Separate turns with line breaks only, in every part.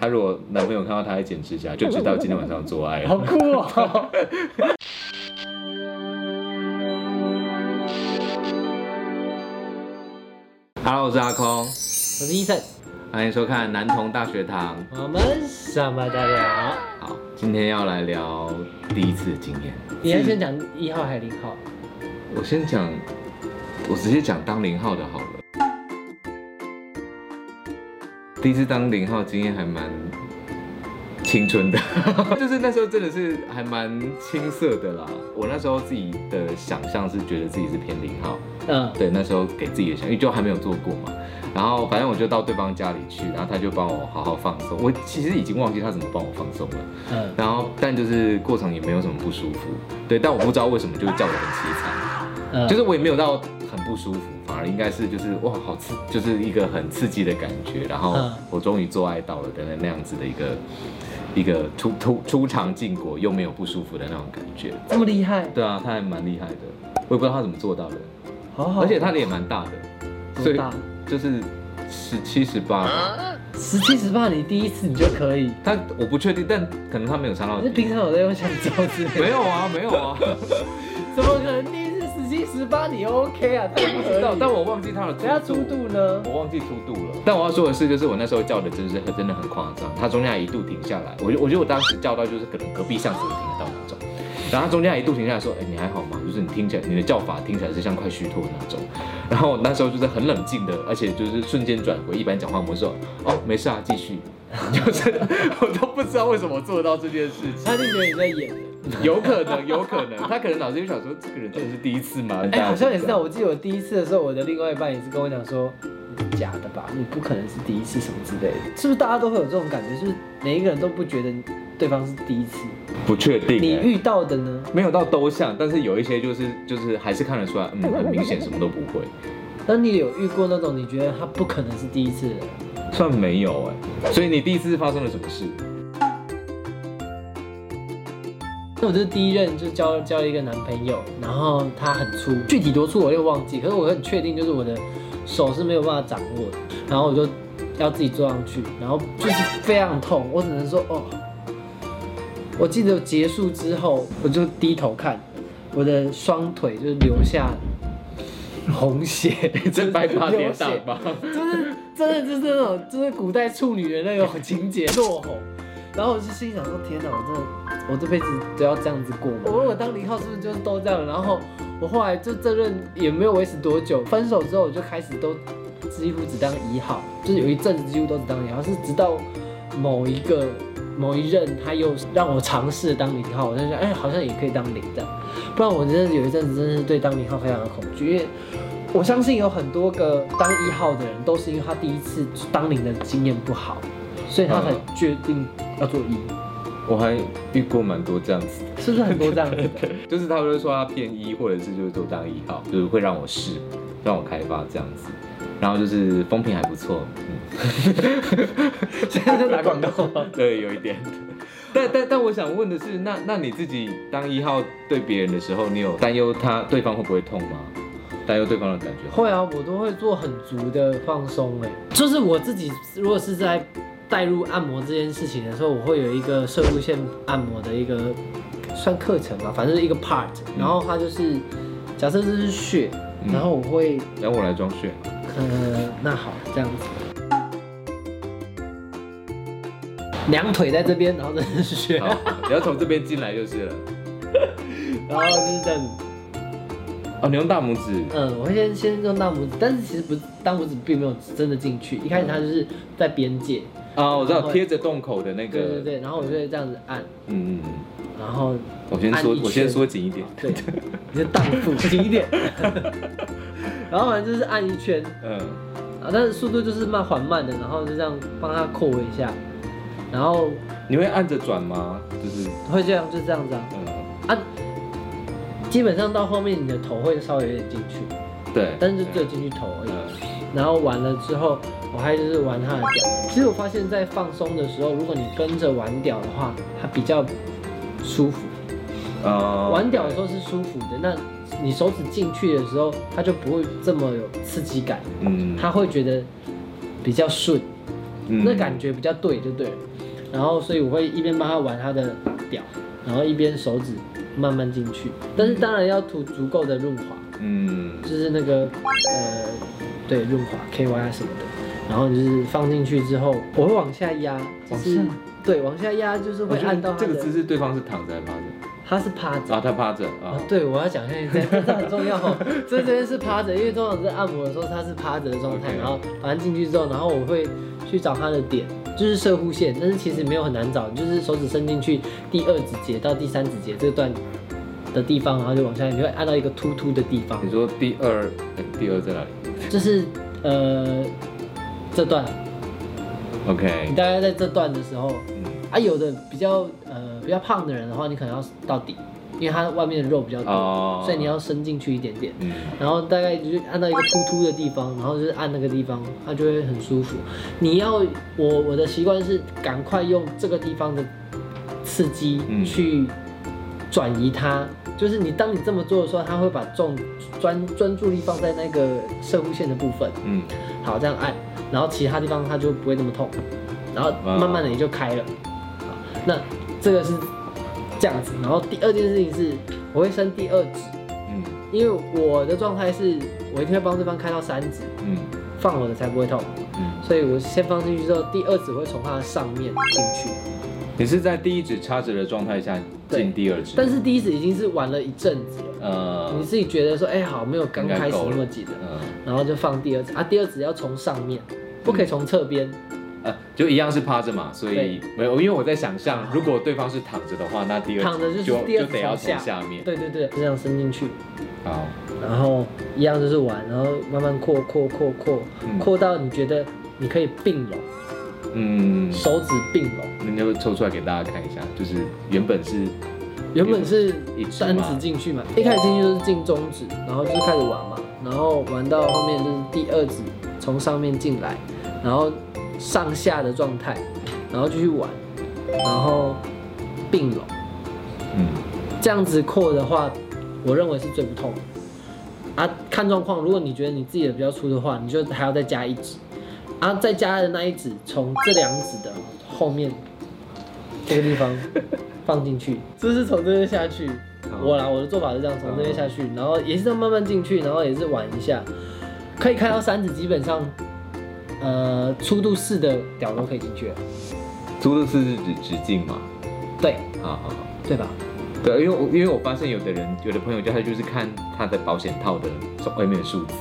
她如果男朋友看到她在剪指甲，就知道今天晚上做爱
好
了。
酷哦！
Hello，我是阿空，
我是医生，
欢迎收看男童大学堂。
我们什么都聊。
好，今天要来聊第一次经验。
你要先讲一号还是零号？
我先讲，我直接讲当零号的好了。第一次当零号经验还蛮青春的， 就是那时候真的是还蛮青涩的啦。我那时候自己的想象是觉得自己是偏零号，
嗯，
对，那时候给自己的想，因为就还没有做过嘛。然后反正我就到对方家里去，然后他就帮我好好放松。我其实已经忘记他怎么帮我放松了。
嗯，
然后但就是过程也没有什么不舒服，对，但我不知道为什么就叫我很凄惨。
嗯，
就是我也没有到很不舒服，反而应该是就是哇，好刺，就是一个很刺激的感觉。然后
嗯
我终于做爱到了的那样子的一个一个出出出场禁果又没有不舒服的那种感觉。
这么厉害，
对啊，他还蛮厉害的，我也不知道他怎么做到的，
好好。
而且他脸蛮大的，
哦多大？
就是十七十八吧。
十七十八，你第一次你就可以。
他我不确定，但可能他没有尝到
你。平常有在用香蕉之类的？
没有啊，没有 啊，
怎么可能第一次十七十八你 OK 啊？太不
不知 道，但
我
我忘记他的
人家粗度呢？
我忘记出肚了。但我要说的是，就是我那时候叫的真是很真的很夸张，他中间还一度停下来，我就我觉得我当时叫到就是可能隔壁巷子都听得到那种。然后他中间还一度停下来说：“哎、你还好吗？就是你听起来你的叫法听起来是像快虚脱的那种。” 然后我那时候就是很冷静的，而且就是瞬间转回一般讲话模式，哦，没事啊，继续。 就是我都不知道为什么做到这件事情，
他就觉得你在演。
有可能，有可能，他可能脑子就想说，这个人真的是第一次吗？
哎、好像也是这样。我记得我第一次的时候，我的另外一半也是跟我讲说，假的吧，你不可能是第一次什么之类的。是不是大家都会有这种感觉？就是每一个人都不觉得对方是第一次，
不确定、
你
哎
遇到的呢？
没有到都像，但是有一些就是就是还是看得出来，嗯，很明显什么都不会，
那你有遇过那种你觉得他不可能是第一次的人？
算没有哎。所以你第一次发生了什么 事？
那我就是第一任就交交了一个男朋友，然后他很粗，具体多粗我又忘记，可是我很确定就是我的手是没有办法掌握的，然后我就要自己坐上去，然后就是非常痛，我只能说哦，我记得结束之后我就低头看，我的双腿就是留下红血，
这白发
流
跌
血
宕吧？
就是真的就是那种就是古代处女的那种情节落红，然后我就心想说天哪，我真的我这辈子都要这样子过吗？我问我当零号是不是就是都这样？然后我后来就这任也没有维持多久，分手之后我就开始都几乎只当一号，就是有一阵子几乎都只当一号，是直到某一个某一任他又让我尝试当零号，我就觉得哎、好像也可以当零这样。不然我真的有一阵子真的是对当零号非常的恐惧，因为我相信有很多个当一号的人都是因为他第一次当零的经验不好，所以他才决定要做一，
我还遇过蛮多这样子的，
是不是很多这样子的？
就是他们会说他偏一，或者是就是做当一号，就是会让我试，让我开发这样子。然后就是风评还不错，嗯，
现在在打广告吗？
对，有一点。 但但但我想问的是，那那你自己当一号对别人的时候，你有担忧他对方会不会痛吗？担忧对方的感觉？
会啊，我都会做很足的放松哎，就是我自己如果是在带入按摩这件事情的时候，我会有一个射入线按摩的一个算课程吧，反正是一个 part，然后它就是假设这是血，
嗯
然后我会
然后我来装睡。
呃，那好，这样子。两腿在这边，然后这是 血，
好，你要从这边进来就是了。
然后就是这样子。
哦，你用大拇指，
嗯，我会先先用大拇指，但是其实不，大拇指并没有真的进去。一开始它就是在边界，
啊，我知道，贴着洞口的那个。
对对对，然后我就会这样子按，
嗯嗯嗯，
然后
我先
按
缩
一，圈
我先缩紧一点。
对，你就荡妇紧一点， 然后反正就是按一圈，
嗯，
啊，但是速度就是慢缓慢的，然后就这样帮它扣一下，然后
你会按着转吗？就是，
会这样就这样子啊，
嗯，
啊，基本上到后面你的头会稍微有点进去，
对。
但是就只有进去头而已。
嗯
然后完了之后，我还就是玩他的屌。其实我发现，在放松的时候，如果你跟着玩屌的话，它比较舒服。
呃
玩屌的时候是舒服的，那你手指进去的时候，它就不会这么有刺激感，
嗯，
它会觉得比较顺。
嗯
那感觉比较对就对了。然后所以我会一边帮他玩他的屌，然后一边手指慢慢进去，但是当然要涂足够的润滑，
嗯，
就是那个呃对润滑 K Y 啊什么的。然后就是放进去之后，我会往下压，就是
往下
对往下压，就是
我
会
觉
按到
得
他
这个
的
姿势对方是躺着还是趴着？
他是趴着。
啊，他趴着啊
啊，，对，我要讲一下，这这很重要哦。这这边是趴着，因为通常是按摩的时候，他是趴着的状态，
OK
然后反正进去之后，然后我会去找他的点，就是射护线，但是其实没有很难找，就是手指伸进去第二指节到第三指节这段的地方，然后就往下，你会按到一个突突的地方，
你说第二，哎第二在哪里
就是呃这段，你
？OK，
大概在这段的时候，
嗯
啊有的比较呃比较胖的人的话，你可能要到底，因为它外面的肉比较多，
哦，
所以你要伸进去一点点。
嗯
然后大概就是按到一个突突的地方，然后就是按那个地方，它就会很舒服。你要我我的习惯是赶快用这个地方的刺激
嗯
去转移它，就是你当你这么做的时候，它会把重专专注力放在那个射护线的部分，
嗯，
好这样按，然后其他地方它就不会那么痛，然后
哇
慢慢的你就开了。好，那这个是这样子，然后第二件事情是我会伸第二指。
嗯
因为我的状态是，我一定会帮对方开到三指，
嗯
放我的才不会痛，
嗯，
所以我先放进去之后，第二指会从它的上面进去，
你是在第一指插着的状态下进第二指，
但是第一指已经是玩了一阵子了，
呃
你，自己觉得说，哎、好，没有刚开
应该
始
够了
那么紧的，
呃
然后就放第二指啊，第二指要从上面，不可以从侧边，
呃，就一样是趴着嘛，所以没有，因为我在想象，如果对方是躺着的话，那第二指
躺着就是
就
第二
就
指
得要
从下
从下面，
对对对，就这样伸进去，
好，
然后一样就是玩，然后慢慢扩扩扩扩
嗯
扩到你觉得你可以并拢，
嗯，
手指并拢。
那你要不要抽出来给大家看一下，就是原本是
原本是
一指
单
嘛
指进去嘛，一开始进去就是进中指，然后就是开始玩嘛，然后玩到后面就是第二指从上面进来，然后上下的状态，然后继续玩，然后并拢，
嗯
这样子扩的话，我认为是最不痛的。啊，看状况，如果你觉得你自己的比较粗的话，你就还要再加一指，啊，再加的那一指从这两指的后面这个地方放进去，就是 从这边下去。我啦，我的做法是这样，从这边下去，然后也是这样慢慢进去，然后也是玩一下，可以开到三指，基本上，呃，粗度四的屌都可以进去了，
猪的是指直径嘛，
对
好好好。
对吧？
对，啊因为我因为我发现有的人，有的朋友就他就是看他的保险套的外面的数字，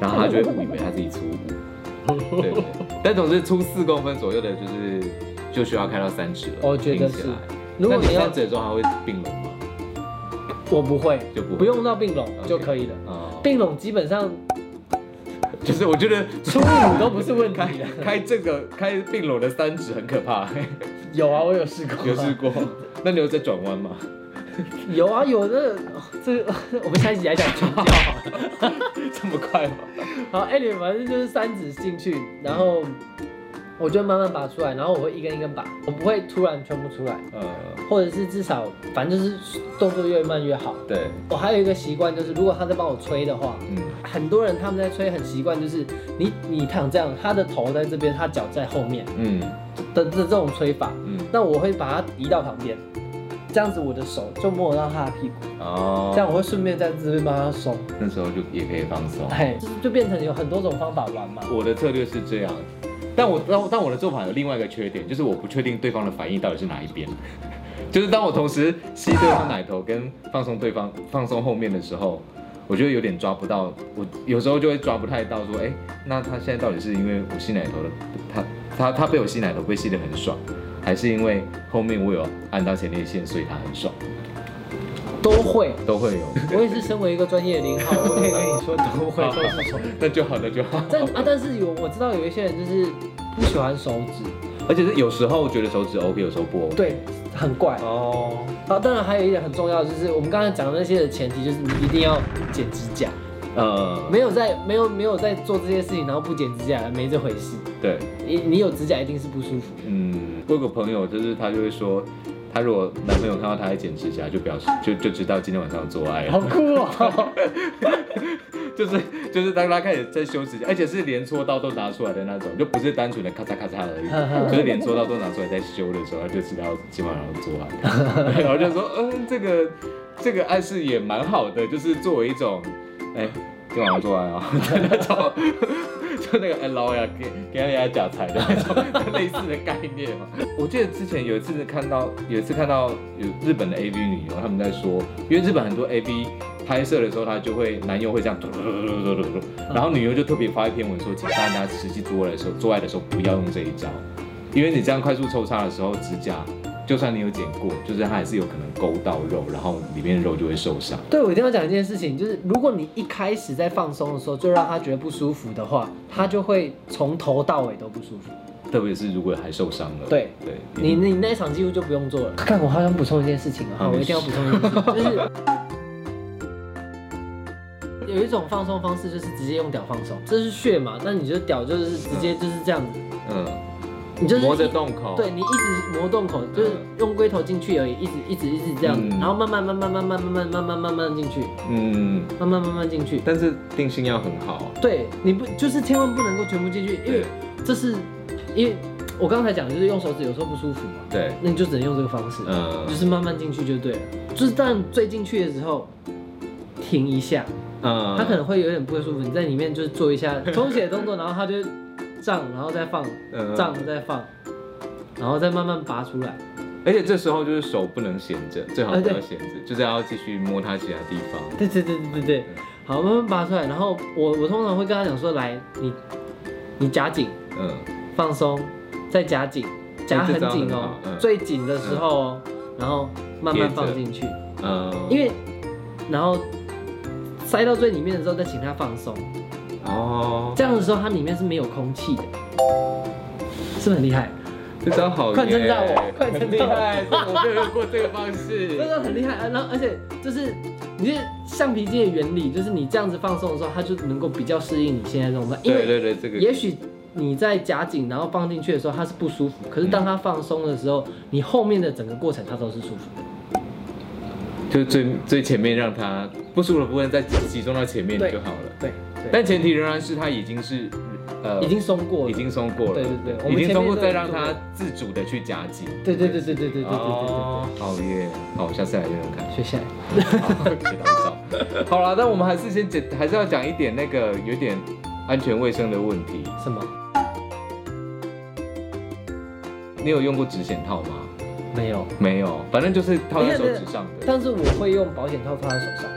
然后他就会误以为他自己粗五，对不对？但总之粗四公分左右的，就是就需要开到三尺了。
我觉得
听起来
是如果
那
你要
三尺的时候还会并拢吗？
我不会，
就不会
不用到并拢就可以了。
啊、
并拢基本上
就是我觉得
初五都不是问题啊
开
了。
开这个开并拢的三指很可怕，
有啊，我有试过、啊。
有试过？那你有在转弯吗？
有啊，有的、哦这个我们下一集来讲拳脚好了。
这么快吗？
好，anyway，反正就是三指进去，然后我就慢慢拔出来，然后我会一根一根拔，我不会突然全部出来，
呃，
或者是至少反正就是动作越慢越好。
对，
我还有一个习惯就是，如果他在帮我吹的话，
嗯，
很多人他们在吹很习惯，就是你你躺这样，他的头在这边，他脚在后面
嗯
的的这种吹法，
嗯，
那我会把它移到旁边，这样子我的手就摸得到他的屁股，
哦，
这样我会顺便在这边帮他松，
那时候就也可以放松。
哎，就是就变成有很多种方法玩嘛。
我的策略是这样，但我但我但我的做法有另外一个缺点，就是我不确定对方的反应到底是哪一边。 就是当我同时吸对方奶头跟放松对方放松后面的时候，我就有点抓不到，我有时候就会抓不太到说，哎、那他现在到底是因为我吸奶头了，他他他被我吸奶头被吸得很爽，还是因为后面我有按到前列腺，所以他很爽，
都会。
都会有。
我也是身为一个专业零 号，我可以跟你说都会都是手。
那就好，那就好。
但啊，但是有我知道有一些人就是不喜欢手指，
而且是有时候觉得手指 OK，有时候不 OK。
对，很怪。
哦，
好，当然还有一点很重要，就是我们刚才讲的那些的前提，就是你一定要剪指甲，
呃，
没有在没有没有在做这些事情，然后不剪指甲没这回事。
对。
你你有指甲一定是不舒服的。
嗯，我有个朋友，就是他就会说，他如果男朋友看到
哦
他在剪指甲，就表示就就知道今天晚上有做爱
好
了，
酷哦！
就就是就是当他开始在休息，而且是连戳刀都拿出来的那种，就不是单纯的咔嚓咔嚓而已，就是连戳刀都拿出来在修的时候，他就知道基本上要做完，然后就说，嗯，这个这个暗示也蛮好的，就是作为一种，哎，今晚要做完啊、哦， 那种。 就那个哎老呀，给给人家假财的那种 类似的概念哦嘛。我记得之前有一次看到，有一次看到有日本的 AV 女优，他们在说，因为日本很多 AV 拍摄的时候，他就会男优会这样嘟嘟嘟嘟嘟嘟嘟，
嗯
然后女优就特别发一篇文说，请大家实际做爱的时候，做爱的时候不要用这一招，因为你这样快速抽插的时候，指甲就算你有剪过，就是它还是有可能勾到肉，然后里面的肉就会受伤。
对，我一定要讲一件事情，就是如果你一开始在放松的时候就让他觉得不舒服的话，他就会从头到尾都不舒服。
特别是如果还受伤了，
对
对，
你你那一场几乎就不用做了。看，嗯我好想补充一件事情 啊，
好
我一
没
定要
事
补充一件事情，就是有一种放松方式就是直接用屌放松，这是穴嘛？那你就屌就是直接就是这样子，
嗯，
你就是
磨着
一
洞口，
对你一直磨洞口，就是用龟头进去而已，一直一直一直这样子，
嗯
然后慢慢慢慢慢慢慢慢慢慢慢进去，
嗯。
慢慢慢慢进去。
但是定性要很好啊。
对，你不就是千万不能够全部进去，因为这是因为我刚才讲的就是用手指有时候不舒服嘛，
对，
那你就只能用这个方式，
嗯
就是慢慢进去就对了。就是当你最进去的时候。停一下，
嗯，
它可能会有点不舒服。你在里面就是做一下充血动作，然后它就胀，然后再放，
嗯
胀再放，然后再慢慢拔出来。
而且这时候就是手不能闲着，最好
哎
不
对
要闲着，就是要继续摸它其他地方。
对对对对对
嗯
对，好，慢慢拔出来。然后我我通常会跟他讲说，来，你你夹紧，
嗯，
放松，再夹紧，夹很紧
哎这招
哦，
很好嗯嗯
最紧的时候哦，然后慢慢放进去，
呃，
因为然后塞到最里面的时候再请它放松，
哦，
这样的时候它里面是没有空气的，是不是很厉害？
这招好耶，
快称赞我快称赞我
很厉害，这我没有用过这个方式
真。的很厉害，啊然后而且就是你这橡皮筋的原理，就是你这样子放松的时候，它就能够比较适应你现在这种状态，因为
对对对，这个
也许你在夹紧然后放进去的时候它是不舒服，可是当它放松的时候，你后面的整个过程它都是舒服的。
就最最前面让它不舒服的部分再集中到前面
对
就好了。
对，
但前提仍然是它已经是呃
已经松过了，
已经松过了，
对对对我们
已经松
前面
过
都有
再让
做
它自主的去夹紧。
对对对对对对对对对
哦，好耶，好，我下次来用用看。
对，学下来。
学到一招。好了，但我们还是先简，还是要讲一点那个有点安全卫生的问题。
什么？
你有用过纸险套吗？
没有，
没有，反正就是套在手指上的。
但是我会用保险套套在手上，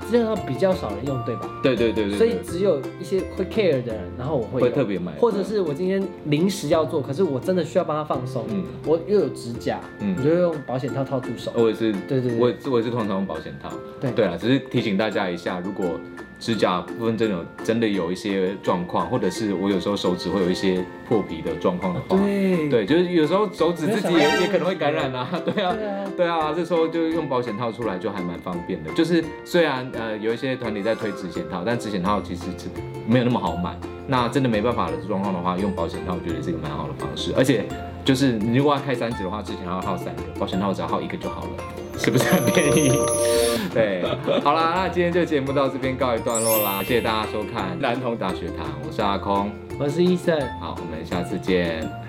保险套比较少人用，对吧？
对对对对
所
对
以只有一些会 care 的人，然后我会
会
用
特别买
或者是我今天临时要做，可是我真的需要帮他放松，
嗯
我又有指甲，
嗯
我就用保险套套住手。
我也是，
对对对
我也是我也是通常用保险套。
对
对啊，只是提醒大家一下，如果指甲部分真的有真的有一些状况，或者是我有时候手指会有一些破皮的状况的话，
哦对
对，就是有时候手指自己
没有想到
也也可能会感染啊，对啊，
对啊
对啊，这时候就用保险套出来就还蛮方便的。就是虽然呃有一些团体在推纸险套，但纸险套其实只没有那么好买。那真的没办法的状况的话，用保险套我觉得是一个蛮好的方式。而且就是你如果要开三指的话，纸险套要耗三个，保险套只要耗一个就好了，是不是很便宜？对，好啦，那今天就节目到这边告一段落啦，谢谢大家收看《男童大学堂》，我是阿空，
我是医生。
好，我们下次见，拜